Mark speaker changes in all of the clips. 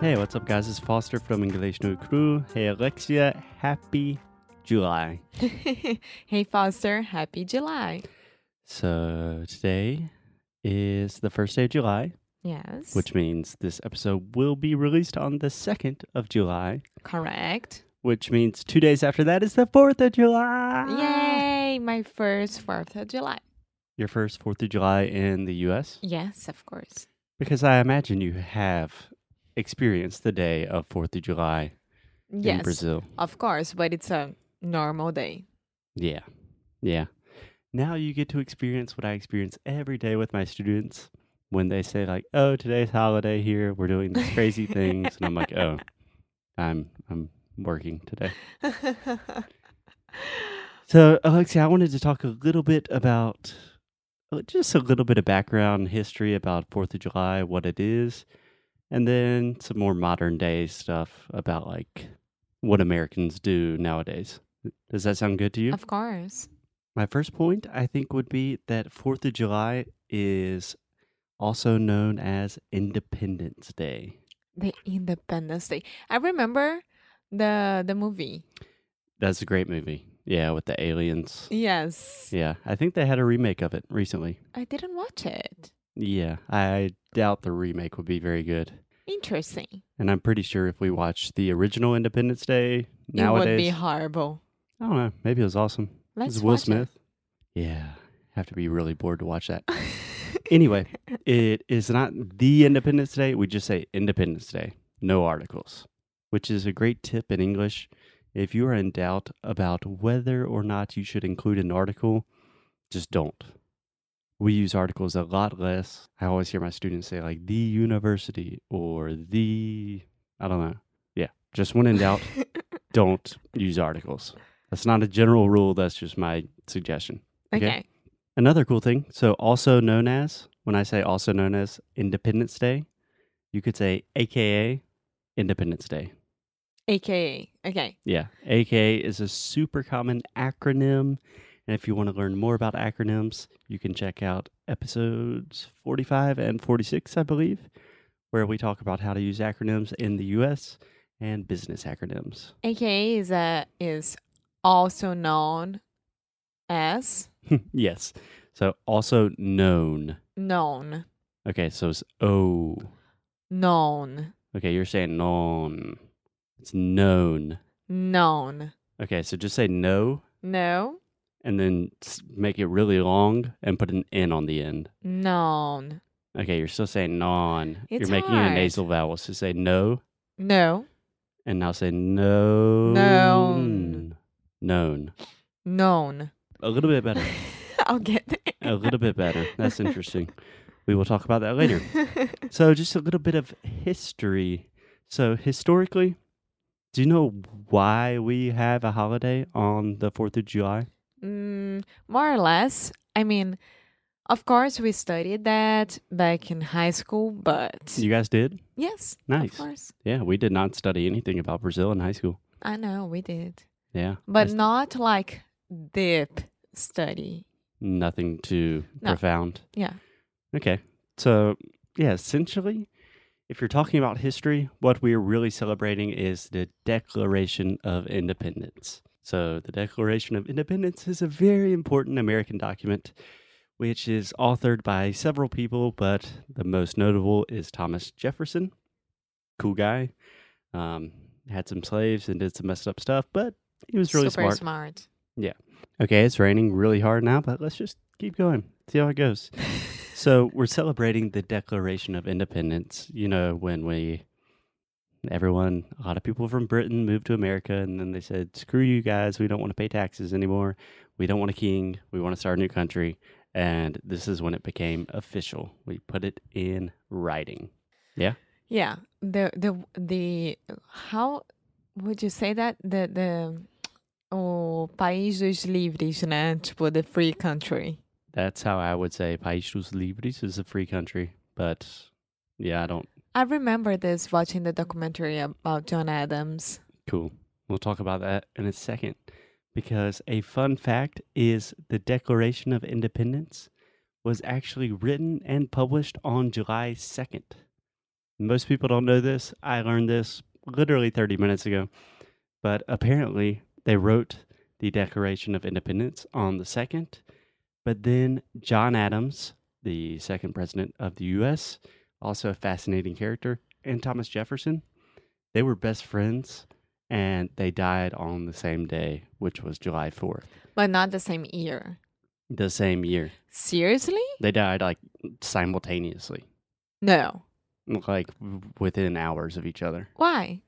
Speaker 1: Hey, what's up, guys? It's Foster from English No Crew. Hey, Alexia, happy July.
Speaker 2: hey Foster, happy July.
Speaker 1: So, today is the first day of July,
Speaker 2: Yes.
Speaker 1: which means this episode will be released on the 2nd of July,
Speaker 2: correct.
Speaker 1: which means two days after that is the 4th of July.
Speaker 2: Yay, my first 4th of July.
Speaker 1: Your first 4th of July in the US?
Speaker 2: Yes, of course.
Speaker 1: Because I imagine you have experienced the day of 4th of July
Speaker 2: Yes.
Speaker 1: in Brazil.
Speaker 2: Of course, but it's a normal day.
Speaker 1: Yeah. Yeah. Now you get to experience what I experience every day with my students when they say like, "Oh, today's holiday here. We're doing these crazy things." And I'm like, "Oh, I'm I'm working today." So, Alexia, I wanted to talk a little bit about uh, just a little bit of background history about 4th of July, what it is, and then some more modern day stuff about like what Americans do nowadays. Does that sound good to you?
Speaker 2: of course.
Speaker 1: My first point, I think, would be that 4th of July is also known as Independence Day.
Speaker 2: The Independence Day. I remember the the movie.
Speaker 1: That's a great movie. Yeah, with the aliens.
Speaker 2: Yes.
Speaker 1: Yeah, I think they had a remake of it recently.
Speaker 2: I didn't watch it.
Speaker 1: Yeah, I doubt the remake would be very good.
Speaker 2: Interesting.
Speaker 1: And I'm pretty sure if we watched the original Independence Day
Speaker 2: It would
Speaker 1: nowadays,
Speaker 2: be horrible.
Speaker 1: I don't know, maybe it was awesome. it
Speaker 2: Let's
Speaker 1: was Will
Speaker 2: watch
Speaker 1: Smith. Yeah, have to be really bored to watch that. anyway, it is not the Independence Day. We just say Independence Day, no articles, which is a great tip in English. If you are in doubt about whether or not you should include an article, just don't. We use articles a lot less. I always hear my students say, like, the university or the, I don't know. Yeah, just when in doubt, don't use articles. That's not a general rule, that's just my suggestion.
Speaker 2: okay.
Speaker 1: Another cool thing, so also known as, when I say also known as Independence Day, you could say AKA Independence Day.
Speaker 2: AKA. Okay.
Speaker 1: Yeah. AKA is a super common acronym. And if you want to learn more about acronyms, you can check out episodes 45 and 46, I believe, where we talk about how to use acronyms in the US and business acronyms.
Speaker 2: AKA is a, is also known as
Speaker 1: yes. So also known.
Speaker 2: known,
Speaker 1: Okay. So it's O.
Speaker 2: known,
Speaker 1: Okay, you're saying known. It's known.
Speaker 2: known.
Speaker 1: Okay, so just say no
Speaker 2: No,
Speaker 1: and then s- make it really long and put an N on the end.
Speaker 2: known.
Speaker 1: Okay, you're still saying non.
Speaker 2: It's
Speaker 1: you're making a
Speaker 2: hard.
Speaker 1: nasal vowel. So say no
Speaker 2: No,
Speaker 1: and now say no.
Speaker 2: Known.
Speaker 1: Known.
Speaker 2: known.
Speaker 1: A little bit better.
Speaker 2: I'll get there.
Speaker 1: a little bit better. That's interesting. We will talk about that later. So, just a little bit of history. So, historically, do you know why we have a holiday on the 4th of July?
Speaker 2: mm, more or less. I mean, of course, we studied that back in high school, but
Speaker 1: You guys did?
Speaker 2: yes,
Speaker 1: Nice.
Speaker 2: of course.
Speaker 1: Yeah, we did not study anything about Brazil in high school.
Speaker 2: I know we did,
Speaker 1: Yeah.
Speaker 2: but
Speaker 1: That's
Speaker 2: not like deep study.
Speaker 1: nothing too
Speaker 2: No.
Speaker 1: profound.
Speaker 2: Yeah.
Speaker 1: Okay. So, yeah, essentially, if you're talking about history, what we're really celebrating is the Declaration of Independence. So, the Declaration of Independence is a very important American document, which is authored by several people, but the most notable is Thomas Jefferson. Cool guy. Um, had some slaves and did some messed up stuff, but he was really
Speaker 2: Super
Speaker 1: smart.
Speaker 2: smart.
Speaker 1: Okay, it's raining really hard now, but let's just keep going, see how it goes. so we're celebrating the Declaration of Independence. You know, when we, everyone, a lot of people from Britain moved to America, and then they said, "Screw you guys, we don't want to pay taxes anymore. We don't want a king. We want to start a new country." And this is when it became official. We put it in writing.
Speaker 2: Yeah. The the the how would you say that? The the o país dos livres, né? Tipo the free country.
Speaker 1: That's how I would say País dos Livres is a free country. But yeah, I don't.
Speaker 2: I remember this watching the documentary about John Adams.
Speaker 1: Cool. We'll talk about that in a second. Because a fun fact is the Declaration of Independence was actually written and published on July 2nd. Most people don't know this. I learned this literally 30 minutes ago. But apparently, they wrote the Declaration of Independence on the 2nd. But then John Adams, the second president of the US, also a fascinating character, and Thomas Jefferson, they were best friends and they died on the same day, which was July 4th,
Speaker 2: But not the same year.
Speaker 1: the same year.
Speaker 2: Seriously?
Speaker 1: They died like simultaneously,
Speaker 2: No.
Speaker 1: like w- within hours of each other.
Speaker 2: Why?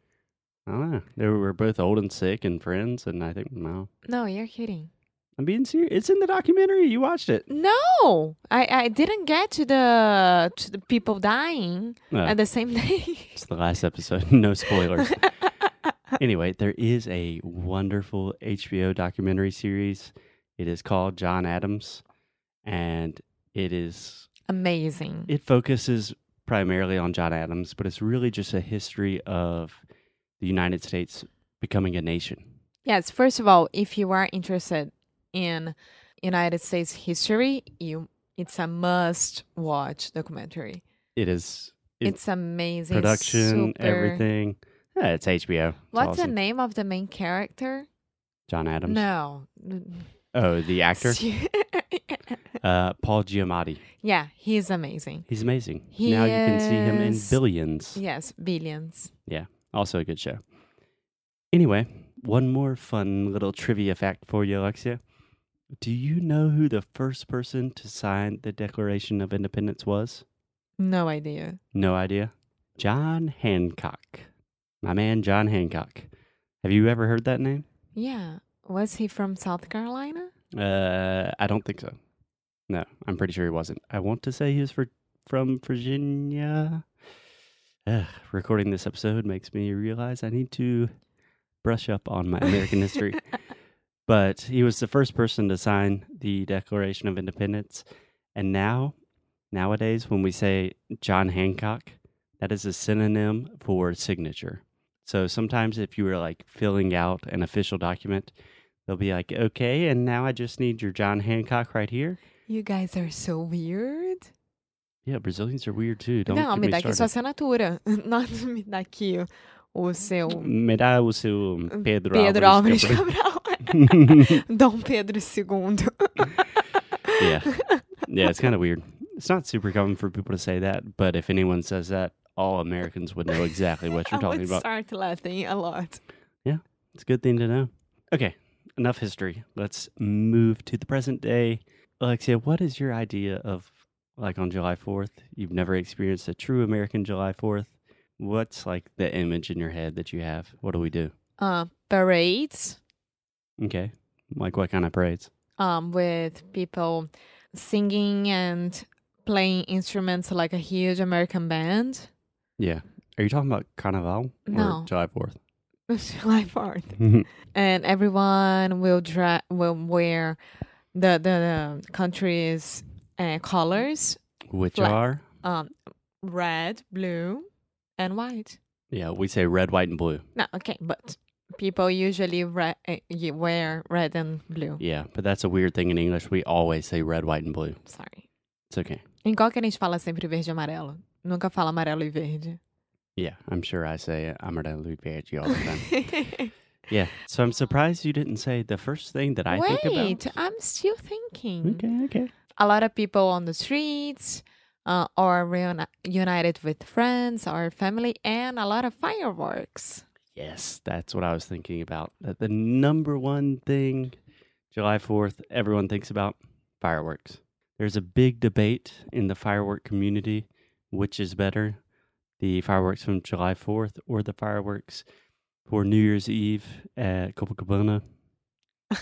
Speaker 1: I don't know. They were both old and sick and friends, and I think, no.
Speaker 2: No, you're kidding.
Speaker 1: I'm being serious. It's in the documentary. You watched it.
Speaker 2: No, I, I didn't get to the to the people dying
Speaker 1: No.
Speaker 2: at the same day.
Speaker 1: Uh, It's the last episode. No spoilers. anyway, there is a wonderful HBO documentary series. It is called John Adams, and it is
Speaker 2: Amazing.
Speaker 1: it focuses primarily on John Adams, but it's really just a history of the United States becoming a nation.
Speaker 2: Yes, first of all, if you are interested in United States history, you it's a must watch documentary.
Speaker 1: It is It-
Speaker 2: it's amazing.
Speaker 1: production,
Speaker 2: super-
Speaker 1: everything. Yeah, it's HBO. It's
Speaker 2: What's the
Speaker 1: awesome.
Speaker 2: name of the main character?
Speaker 1: John Adams.
Speaker 2: No.
Speaker 1: Oh, the actor, uh, Paul Giamatti.
Speaker 2: yeah, he's amazing.
Speaker 1: He's amazing.
Speaker 2: He
Speaker 1: now you can see him in
Speaker 2: is-
Speaker 1: Billions.
Speaker 2: Yes, billions.
Speaker 1: Also a good show. Anyway, one more fun little trivia fact for you, Alexia. Do you know who the first person to sign the Declaration of Independence was?
Speaker 2: No idea.
Speaker 1: No idea. John Hancock. My man, John Hancock. Have you ever heard that name?
Speaker 2: Yeah. Was he from South Carolina?
Speaker 1: Uh, I don't think so. No, I'm pretty sure he wasn't. I want to say he was for, from Virginia. Ugh, recording this episode makes me realize I need to brush up on my American history. But he was the first person to sign the Declaration of Independence. And now, nowadays, when we say John Hancock, that is a synonym for signature. So sometimes if you were like filling out an official document, they'll be like, okay, and now I just need your John Hancock right here.
Speaker 2: You guys are so weird.
Speaker 1: Yeah, Brazilians are weird too. Don't
Speaker 2: Não,
Speaker 1: get
Speaker 2: me
Speaker 1: me
Speaker 2: dá aqui sua
Speaker 1: started.
Speaker 2: assinatura. Não me dá aqui o seu
Speaker 1: Me dá o seu Pedro,
Speaker 2: Pedro
Speaker 1: Álvares
Speaker 2: Álvares
Speaker 1: Cabral.
Speaker 2: Cabral. Dom Pedro II.
Speaker 1: yeah. Yeah, it's kind of weird. It's not super common for people to say that, but if anyone says that, all Americans would know exactly what you're
Speaker 2: I
Speaker 1: talking
Speaker 2: would
Speaker 1: about.
Speaker 2: start laughing a lot.
Speaker 1: It's a good thing to know. Okay, enough history. Let's move to the present day. Alexia, what is your idea of like on July 4th? You've never experienced a true American July 4th. What's like the image in your head that you have? What do we do?
Speaker 2: Uh, parades
Speaker 1: Okay. Like what kind of parades?
Speaker 2: um, with people singing and playing instruments like a huge American band.
Speaker 1: Yeah. Are you talking about Carnival
Speaker 2: No.
Speaker 1: or July 4th?
Speaker 2: July 4th. and everyone will dra- will wear the the, the country's uh, colors
Speaker 1: Which
Speaker 2: Flag.
Speaker 1: are?
Speaker 2: um red blue and white
Speaker 1: Yeah, we say red, white, and blue.
Speaker 2: no okay but people usually re- uh, you wear red and blue
Speaker 1: Yeah, but that's a weird thing in English. We always say red, white, and blue.
Speaker 2: sorry
Speaker 1: It's okay.
Speaker 2: em qual que a gente fala sempre verde e amarelo nunca fala amarelo e verde
Speaker 1: Yeah, I'm sure I say amarelo y verde all the time. yeah, so I'm surprised you didn't say the first thing that I
Speaker 2: wait
Speaker 1: think about.
Speaker 2: i'm still thinking
Speaker 1: Okay, okay.
Speaker 2: a lot of people on the streets uh, or reunited with friends or family and a lot of fireworks
Speaker 1: Yes, that's what I was thinking about. That the number one thing July 4th everyone thinks about fireworks. There's a big debate in the firework community which is better, the fireworks from July 4th or the fireworks for New Year's Eve at Copacabana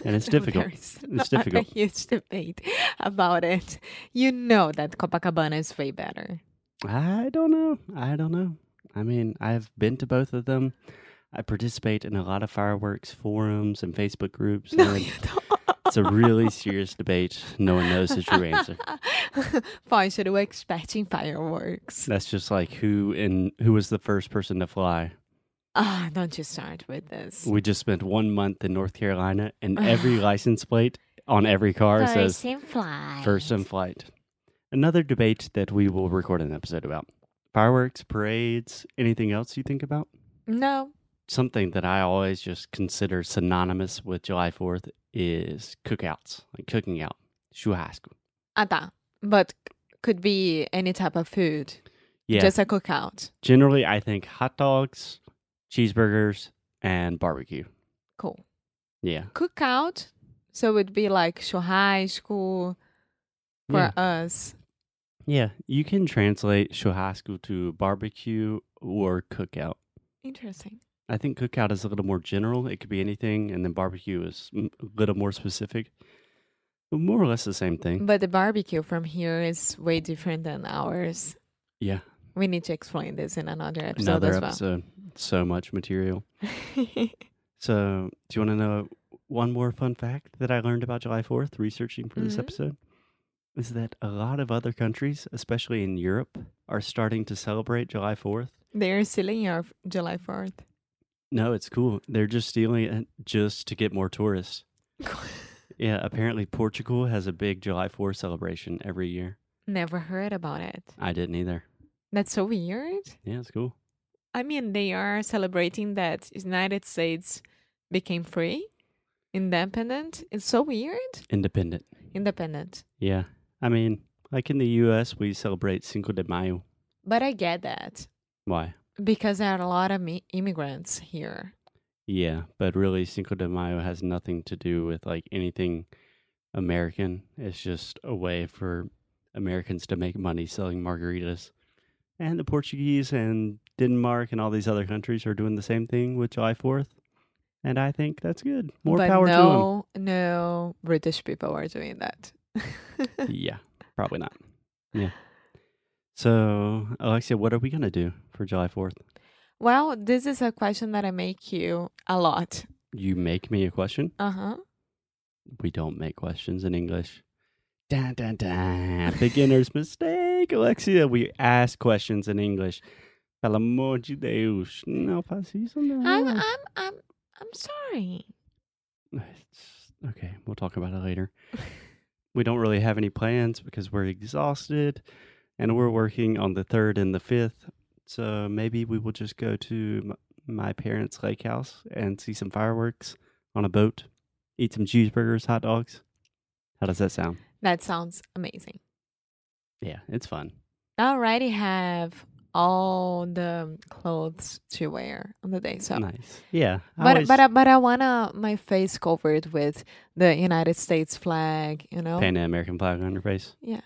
Speaker 1: And it's difficult.
Speaker 2: There's
Speaker 1: It's
Speaker 2: not
Speaker 1: difficult.
Speaker 2: A huge debate about it. You know that Copacabana is way better.
Speaker 1: I don't know. I don't know. I mean, I've been to both of them. I participate in a lot of fireworks forums and Facebook groups.
Speaker 2: No,
Speaker 1: and
Speaker 2: you don't.
Speaker 1: it's a really serious debate. No one knows the true answer.
Speaker 2: Fine, so they were expecting fireworks.
Speaker 1: That's just like who and who was the first person to fly.
Speaker 2: Ah, don't you start with this.
Speaker 1: We just spent one month in North Carolina, and every license plate on every car says
Speaker 2: in flight.
Speaker 1: first in flight. Another debate that we will record an episode about fireworks, parades, anything else you think about.
Speaker 2: No.
Speaker 1: Something that I always just consider synonymous with July 4th is cookouts, like cooking out, churrasco.
Speaker 2: Ah, tá. But c- could be any type of food.
Speaker 1: Yeah.
Speaker 2: Just a cookout.
Speaker 1: Generally, I think hot dogs, cheeseburgers, and barbecue.
Speaker 2: Cool.
Speaker 1: Yeah.
Speaker 2: Cookout. So it would be like churrasco for
Speaker 1: Yeah.
Speaker 2: us.
Speaker 1: Yeah, you can translate shohasku to barbecue or cookout.
Speaker 2: Interesting.
Speaker 1: I think cookout is a little more general. It could be anything, and then barbecue is m- a little more specific. But more or less the same thing.
Speaker 2: But the barbecue from here is way different than ours.
Speaker 1: Yeah,
Speaker 2: We need to explain this in another episode
Speaker 1: another
Speaker 2: as well.
Speaker 1: episode. So much material. So, do you want to know one more fun fact that I learned about July 4th researching for this
Speaker 2: Mhm.
Speaker 1: episode? Is that a lot of other countries, especially in Europe, are starting to celebrate July 4th.
Speaker 2: They're stealing our f- July 4th.
Speaker 1: No, it's cool. They're just stealing it just to get more tourists. Yeah, apparently Portugal has a big July 4th celebration every year.
Speaker 2: Never heard about it.
Speaker 1: I didn't either.
Speaker 2: That's so weird.
Speaker 1: Yeah, it's cool.
Speaker 2: I mean, they are celebrating that United States became free, independent. It's so weird.
Speaker 1: Independent.
Speaker 2: Independent.
Speaker 1: Yeah. I mean, like in the US, we celebrate Cinco de Mayo.
Speaker 2: But I get that
Speaker 1: Why?
Speaker 2: because there are a lot of mi- immigrants here.
Speaker 1: Yeah, but really, Cinco de Mayo has nothing to do with like anything American. It's just a way for Americans to make money selling margaritas. And the Portuguese and Denmark and all these other countries are doing the same thing with July 4th. And I think that's good. More
Speaker 2: but
Speaker 1: power to 'em.
Speaker 2: no, no British people are doing that.
Speaker 1: yeah, probably not. Yeah. So, Alexia, what are we going to do for July 4th?
Speaker 2: well, this is a question that I make you a lot.
Speaker 1: You make me a question.
Speaker 2: Uh huh.
Speaker 1: We don't make questions in English. Dun, dun, dun. Beginner's mistake, Alexia. We ask questions in English. Pelo amor de Deus. Não faça isso, não.
Speaker 2: I'm, I'm, I'm, I'm sorry.
Speaker 1: It's- okay, we'll talk about it later. we don't really have any plans because we're exhausted and we're working on the third and the fifth. So maybe we will just go to m- my parents' lake house and see some fireworks on a boat, eat some cheeseburgers, hot dogs. How does that sound?
Speaker 2: That sounds amazing.
Speaker 1: Yeah, it's fun.
Speaker 2: I already have all the clothes to wear on the day, so.
Speaker 1: Nice. Yeah. I
Speaker 2: But
Speaker 1: always
Speaker 2: but I, but I wanna my face covered with the United States flag, you know.
Speaker 1: paint an American flag on your face.
Speaker 2: Yeah.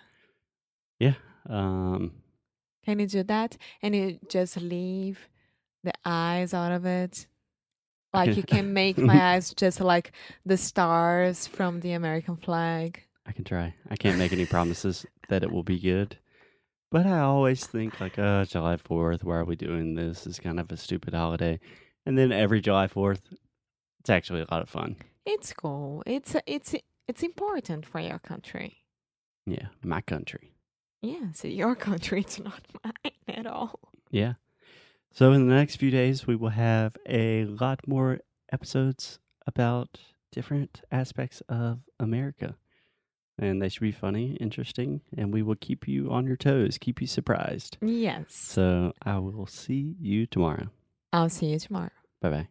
Speaker 1: Yeah. Um,
Speaker 2: Can you do that? And you just leave the eyes out of it. Like you can make my eyes just like the stars from the American flag.
Speaker 1: I can try. I can't make any promises that it will be good. But I always think like, uh, July 4th, why are we doing this? It's kind of a stupid holiday. And then every July 4th, it's actually a lot of fun.
Speaker 2: It's cool. It's uh, it's it's important for your country.
Speaker 1: Yeah, my country.
Speaker 2: Yes, your country. It's not mine at all.
Speaker 1: Yeah. So in the next few days, we will have a lot more episodes about different aspects of America. And they should be funny, interesting, and we will keep you on your toes, keep you surprised.
Speaker 2: Yes.
Speaker 1: So I will see you tomorrow.
Speaker 2: I'll see you tomorrow.
Speaker 1: Bye bye.